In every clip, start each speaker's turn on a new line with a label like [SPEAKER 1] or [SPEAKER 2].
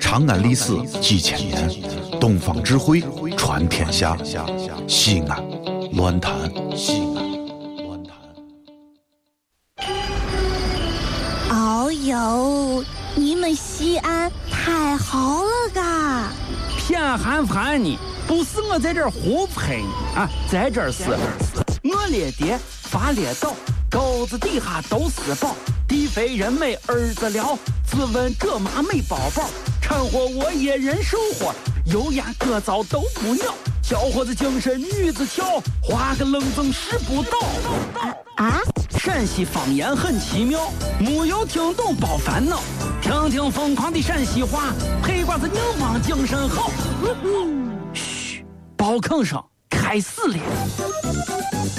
[SPEAKER 1] 长安历史几千年，东方智慧传天下。西安，乱谈西安，乱谈。
[SPEAKER 2] 哦呦，你们西安太好了嘎！啊
[SPEAKER 3] 偏寒寒你，不是我在这儿胡喷你啊，在这儿是，我列爹发列倒，沟子底下都是宝，地肥人美儿子了，自问这妈没宝宝，掺和我也人生活，油盐各糟都不尿，小伙子精神女子俏，花个愣风使不倒。
[SPEAKER 2] 啊，
[SPEAKER 3] 陕西方言很奇妙，没有听懂别烦恼，听听疯狂的陕西话，黑瓜子硬邦精神好。嘘，包吭声开始了。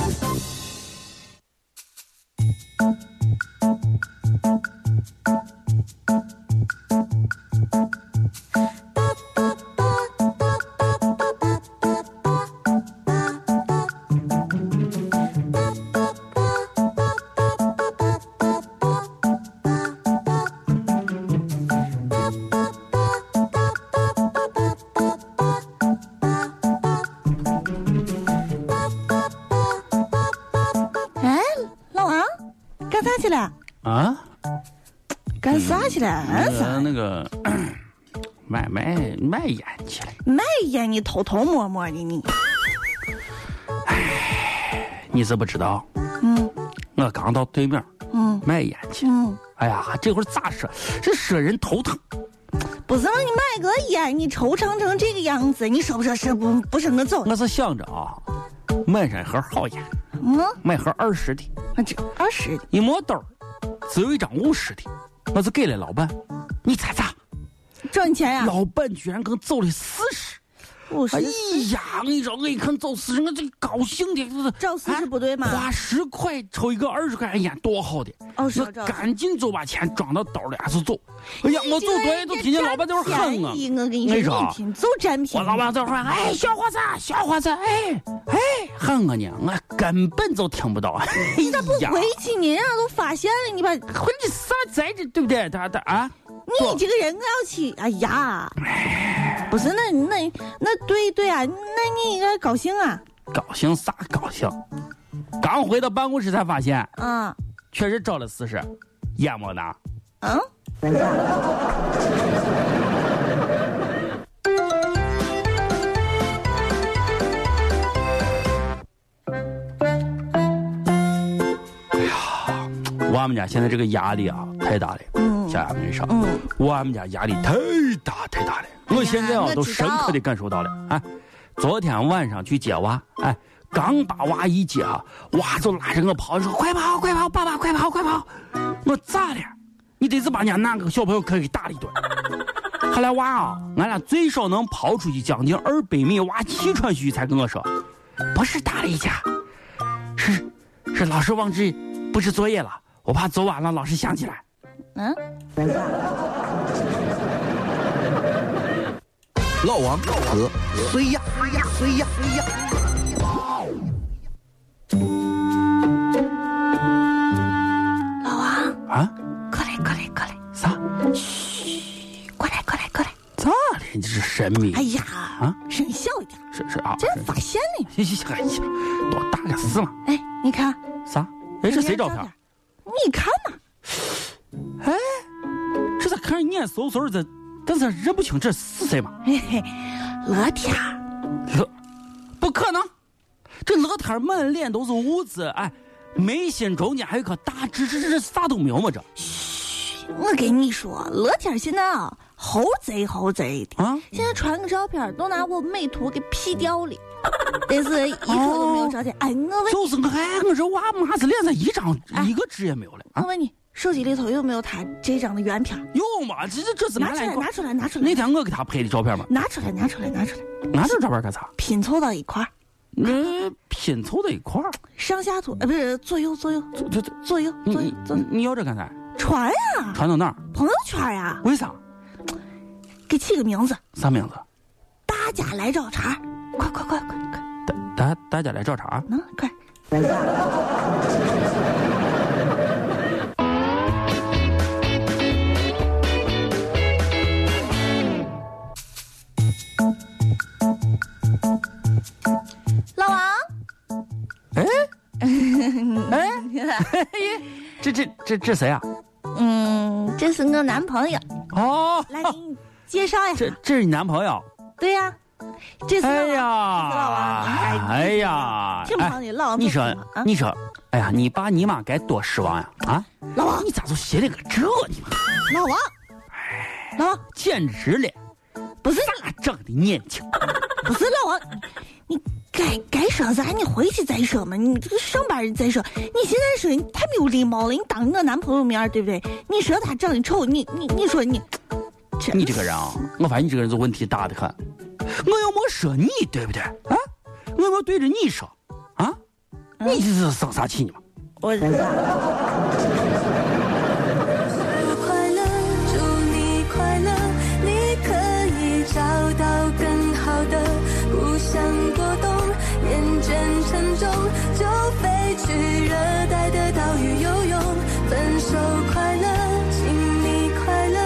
[SPEAKER 2] 哎，老王，干啥去了？
[SPEAKER 3] 啊，
[SPEAKER 2] 干啥去了？
[SPEAKER 3] 哎
[SPEAKER 2] 干啥？
[SPEAKER 3] 那个 买卖卖烟去了。
[SPEAKER 2] 卖烟哎你偷偷摸摸的你。
[SPEAKER 3] 你是不知道，
[SPEAKER 2] 嗯
[SPEAKER 3] 我刚到对面
[SPEAKER 2] 嗯
[SPEAKER 3] 卖烟去。
[SPEAKER 2] 嗯，
[SPEAKER 3] 哎呀，这会儿咋说？这说人头疼。
[SPEAKER 2] 不是让你买个烟，你惆怅成这个样子，你说不说是不不是我走的？
[SPEAKER 3] 我是想着啊，买上一盒好烟，
[SPEAKER 2] 嗯，
[SPEAKER 3] 买盒二十的，
[SPEAKER 2] 我这二十的，
[SPEAKER 3] 一摸兜儿只有一张五十的，我就给了老板。你猜咋？
[SPEAKER 2] 赚钱呀、
[SPEAKER 3] 老板居然给我走了四十！
[SPEAKER 2] 五十
[SPEAKER 3] 哎。呀，你知道我一看走四十，我这高兴的，
[SPEAKER 2] 照四十
[SPEAKER 3] 哎
[SPEAKER 2] 不对嘛
[SPEAKER 3] 花十块抽一个二十块钱烟，多好的！
[SPEAKER 2] 哦是
[SPEAKER 3] 我
[SPEAKER 2] 这
[SPEAKER 3] 赶紧就把钱装到兜里，俺就走。哎呀，
[SPEAKER 2] 你
[SPEAKER 3] 我走
[SPEAKER 2] 这
[SPEAKER 3] 多远都听见老板在那儿喊
[SPEAKER 2] 人家
[SPEAKER 3] 我
[SPEAKER 2] 占。便宜我跟你
[SPEAKER 3] 为
[SPEAKER 2] 说，
[SPEAKER 3] 啥
[SPEAKER 2] 你听就占便
[SPEAKER 3] 啊我
[SPEAKER 2] 宜。
[SPEAKER 3] 老板在那儿喊：“哎，小伙子，小伙子，哎哎，喊我呢，我根本就听不到。”啊哎你咋不
[SPEAKER 2] 回去你人家都发现了，你把你
[SPEAKER 3] 回去啥在这对不对？他他啊，不
[SPEAKER 2] 这个人我要去，哎呀，不是那那那对对啊，那你应该高兴啊
[SPEAKER 3] 高兴啥高兴？刚回到办公室才发现，
[SPEAKER 2] 啊
[SPEAKER 3] 确实找了四十，烟没拿。
[SPEAKER 2] 嗯，
[SPEAKER 3] 哎我们家现在这个压力啊太大了，
[SPEAKER 2] 嗯
[SPEAKER 3] 家没上，
[SPEAKER 2] 嗯
[SPEAKER 3] 我们家压力太大太大了，我现在啊
[SPEAKER 2] 我
[SPEAKER 3] 都
[SPEAKER 2] 知道
[SPEAKER 3] 深刻的感受到了。哎，昨天晚上去接娃，哎，刚把娃一接啊，娃就拉着我跑，说快跑快跑，爸爸快跑快跑，我咋了？你得是把人家那个小朋友可给打了一顿。 后来娃啊，俺俩最少能跑出去将近二百米，娃气喘吁吁才跟我说，不是打了一架，是是老师忘记布置作业了，我怕走晚了老师想起来。
[SPEAKER 2] 嗯，
[SPEAKER 4] 老王和谁呀？谁呀？谁呀？
[SPEAKER 2] 老王，
[SPEAKER 3] 啊？
[SPEAKER 2] 过来过来过来，
[SPEAKER 3] 啥？
[SPEAKER 2] 过来过来过来，
[SPEAKER 3] 咋了？你这是神秘？
[SPEAKER 2] 哎呀
[SPEAKER 3] 啊，
[SPEAKER 2] 声笑一点，
[SPEAKER 3] 是是啊，
[SPEAKER 2] 真发现了，
[SPEAKER 3] 是是哎呀，多大个事嘛？
[SPEAKER 2] 哎，你看，
[SPEAKER 3] 啥？哎，这嗯谁
[SPEAKER 2] 你看
[SPEAKER 3] 照片？？
[SPEAKER 2] 你看嘛，
[SPEAKER 3] 这咋看着眼熟熟的，但是认不清这是谁嘛？
[SPEAKER 2] 嘿嘿，乐天儿，
[SPEAKER 3] 乐，不可能！这乐天满脸都是痦子，哎，眉心中间还有一颗大痣，这这这啥都没有嘛？这
[SPEAKER 2] 我跟你说，乐天儿现在啊，猴贼猴贼的。
[SPEAKER 3] 啊，
[SPEAKER 2] 现在传个照片儿都拿我美图给 P 掉了，但是一刻都
[SPEAKER 3] 哦
[SPEAKER 2] 没有照见。哎，我问，
[SPEAKER 3] 就是我，哎，我这娃妈子脸上一张
[SPEAKER 2] 哎
[SPEAKER 3] 一个痣也没有了
[SPEAKER 2] 我
[SPEAKER 3] 啊！
[SPEAKER 2] 问你，手机里头有没有他这张的原片儿？
[SPEAKER 3] 有嘛？这这这是
[SPEAKER 2] 拿
[SPEAKER 3] 俺
[SPEAKER 2] 出
[SPEAKER 3] 俩
[SPEAKER 2] 来，
[SPEAKER 3] 一块
[SPEAKER 2] 拿出来，拿出来，
[SPEAKER 3] 那天我给他拍的照片嘛，
[SPEAKER 2] 拿出来，拿出来，拿出来，
[SPEAKER 3] 拿这照片干啥？
[SPEAKER 2] 拼凑到一块儿，
[SPEAKER 3] 呃，拼凑在一块儿，
[SPEAKER 2] 上下图，呃，不是左右左右
[SPEAKER 3] 这这这，
[SPEAKER 2] 左右
[SPEAKER 3] 你
[SPEAKER 2] 左右
[SPEAKER 3] 你
[SPEAKER 2] 左右
[SPEAKER 3] 你，你要这干啥？
[SPEAKER 2] 传呀、
[SPEAKER 3] 传到哪儿？
[SPEAKER 2] 朋友圈呀、
[SPEAKER 3] 为啥？
[SPEAKER 2] 给起个名字，
[SPEAKER 3] 啥名字？
[SPEAKER 2] 大家来找茬儿，快快快快快，
[SPEAKER 3] 大大大家来找茬。
[SPEAKER 2] 能快。嗯
[SPEAKER 3] 哎 这这谁啊？
[SPEAKER 2] 嗯，这是我男朋友，
[SPEAKER 3] 哦，
[SPEAKER 2] 来给你介绍一
[SPEAKER 3] 这
[SPEAKER 2] 下。
[SPEAKER 3] 这是你男朋友？
[SPEAKER 2] 对呀、这是我
[SPEAKER 3] 哎
[SPEAKER 2] 老
[SPEAKER 3] 呀，
[SPEAKER 2] 王
[SPEAKER 3] 哎呀，
[SPEAKER 2] 这么好
[SPEAKER 3] 哎，
[SPEAKER 2] 你唠
[SPEAKER 3] 你
[SPEAKER 2] 这
[SPEAKER 3] 说
[SPEAKER 2] 干嘛啊，
[SPEAKER 3] 你说，哎呀，你爸你妈该多失望呀！啊，
[SPEAKER 2] 老王
[SPEAKER 3] 你咋就写了个这呢嘛？
[SPEAKER 2] 老王，老王
[SPEAKER 3] 简直了，
[SPEAKER 2] 不是
[SPEAKER 3] 咋整的年轻？啊
[SPEAKER 2] 不是老王，你该该说啥你回去再说嘛，你这个上班人再说，你现在说你太没有礼貌了，你当我男朋友面儿对不对？你说他长得丑，你你你说你，真
[SPEAKER 3] 你这个人啊，我发现你这个人就问题大的很。我又没说你，对不对？啊，我又没对着你说，啊，
[SPEAKER 2] 嗯
[SPEAKER 3] 你这是生啥气呢嘛？
[SPEAKER 2] 我
[SPEAKER 5] 快乐，祝你快乐，你可以找到更好的。不想过冬，厌倦沉重，就飞去热带的岛屿游泳。分手快乐，请你快乐，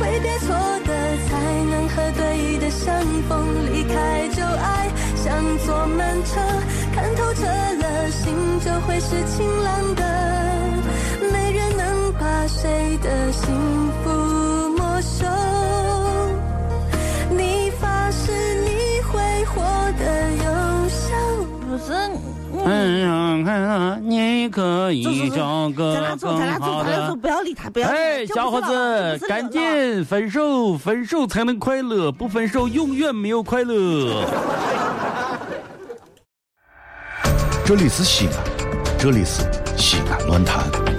[SPEAKER 5] 挥别错的才能和对的相逢。离开旧爱，像坐慢车，看透彻了，心就会是晴朗的。没人能把谁的幸福没收。你发誓你会活得优秀。
[SPEAKER 2] 不是，嗯，
[SPEAKER 3] 哎呀，看啊，你可
[SPEAKER 2] 走走
[SPEAKER 3] 以
[SPEAKER 2] 走
[SPEAKER 3] 找个
[SPEAKER 2] 咱俩走，咱
[SPEAKER 3] 更
[SPEAKER 2] 俩走，
[SPEAKER 3] 好
[SPEAKER 2] 咱俩走，
[SPEAKER 3] 的。
[SPEAKER 2] 不要理他，不要理他。这
[SPEAKER 3] 哎，
[SPEAKER 2] 不是
[SPEAKER 3] 小
[SPEAKER 2] 老
[SPEAKER 3] 伙
[SPEAKER 2] 王
[SPEAKER 3] 子，赶！紧分手，分手才能快乐，不分手永远没有快乐。
[SPEAKER 1] 这里是西安，这里是西安论坛。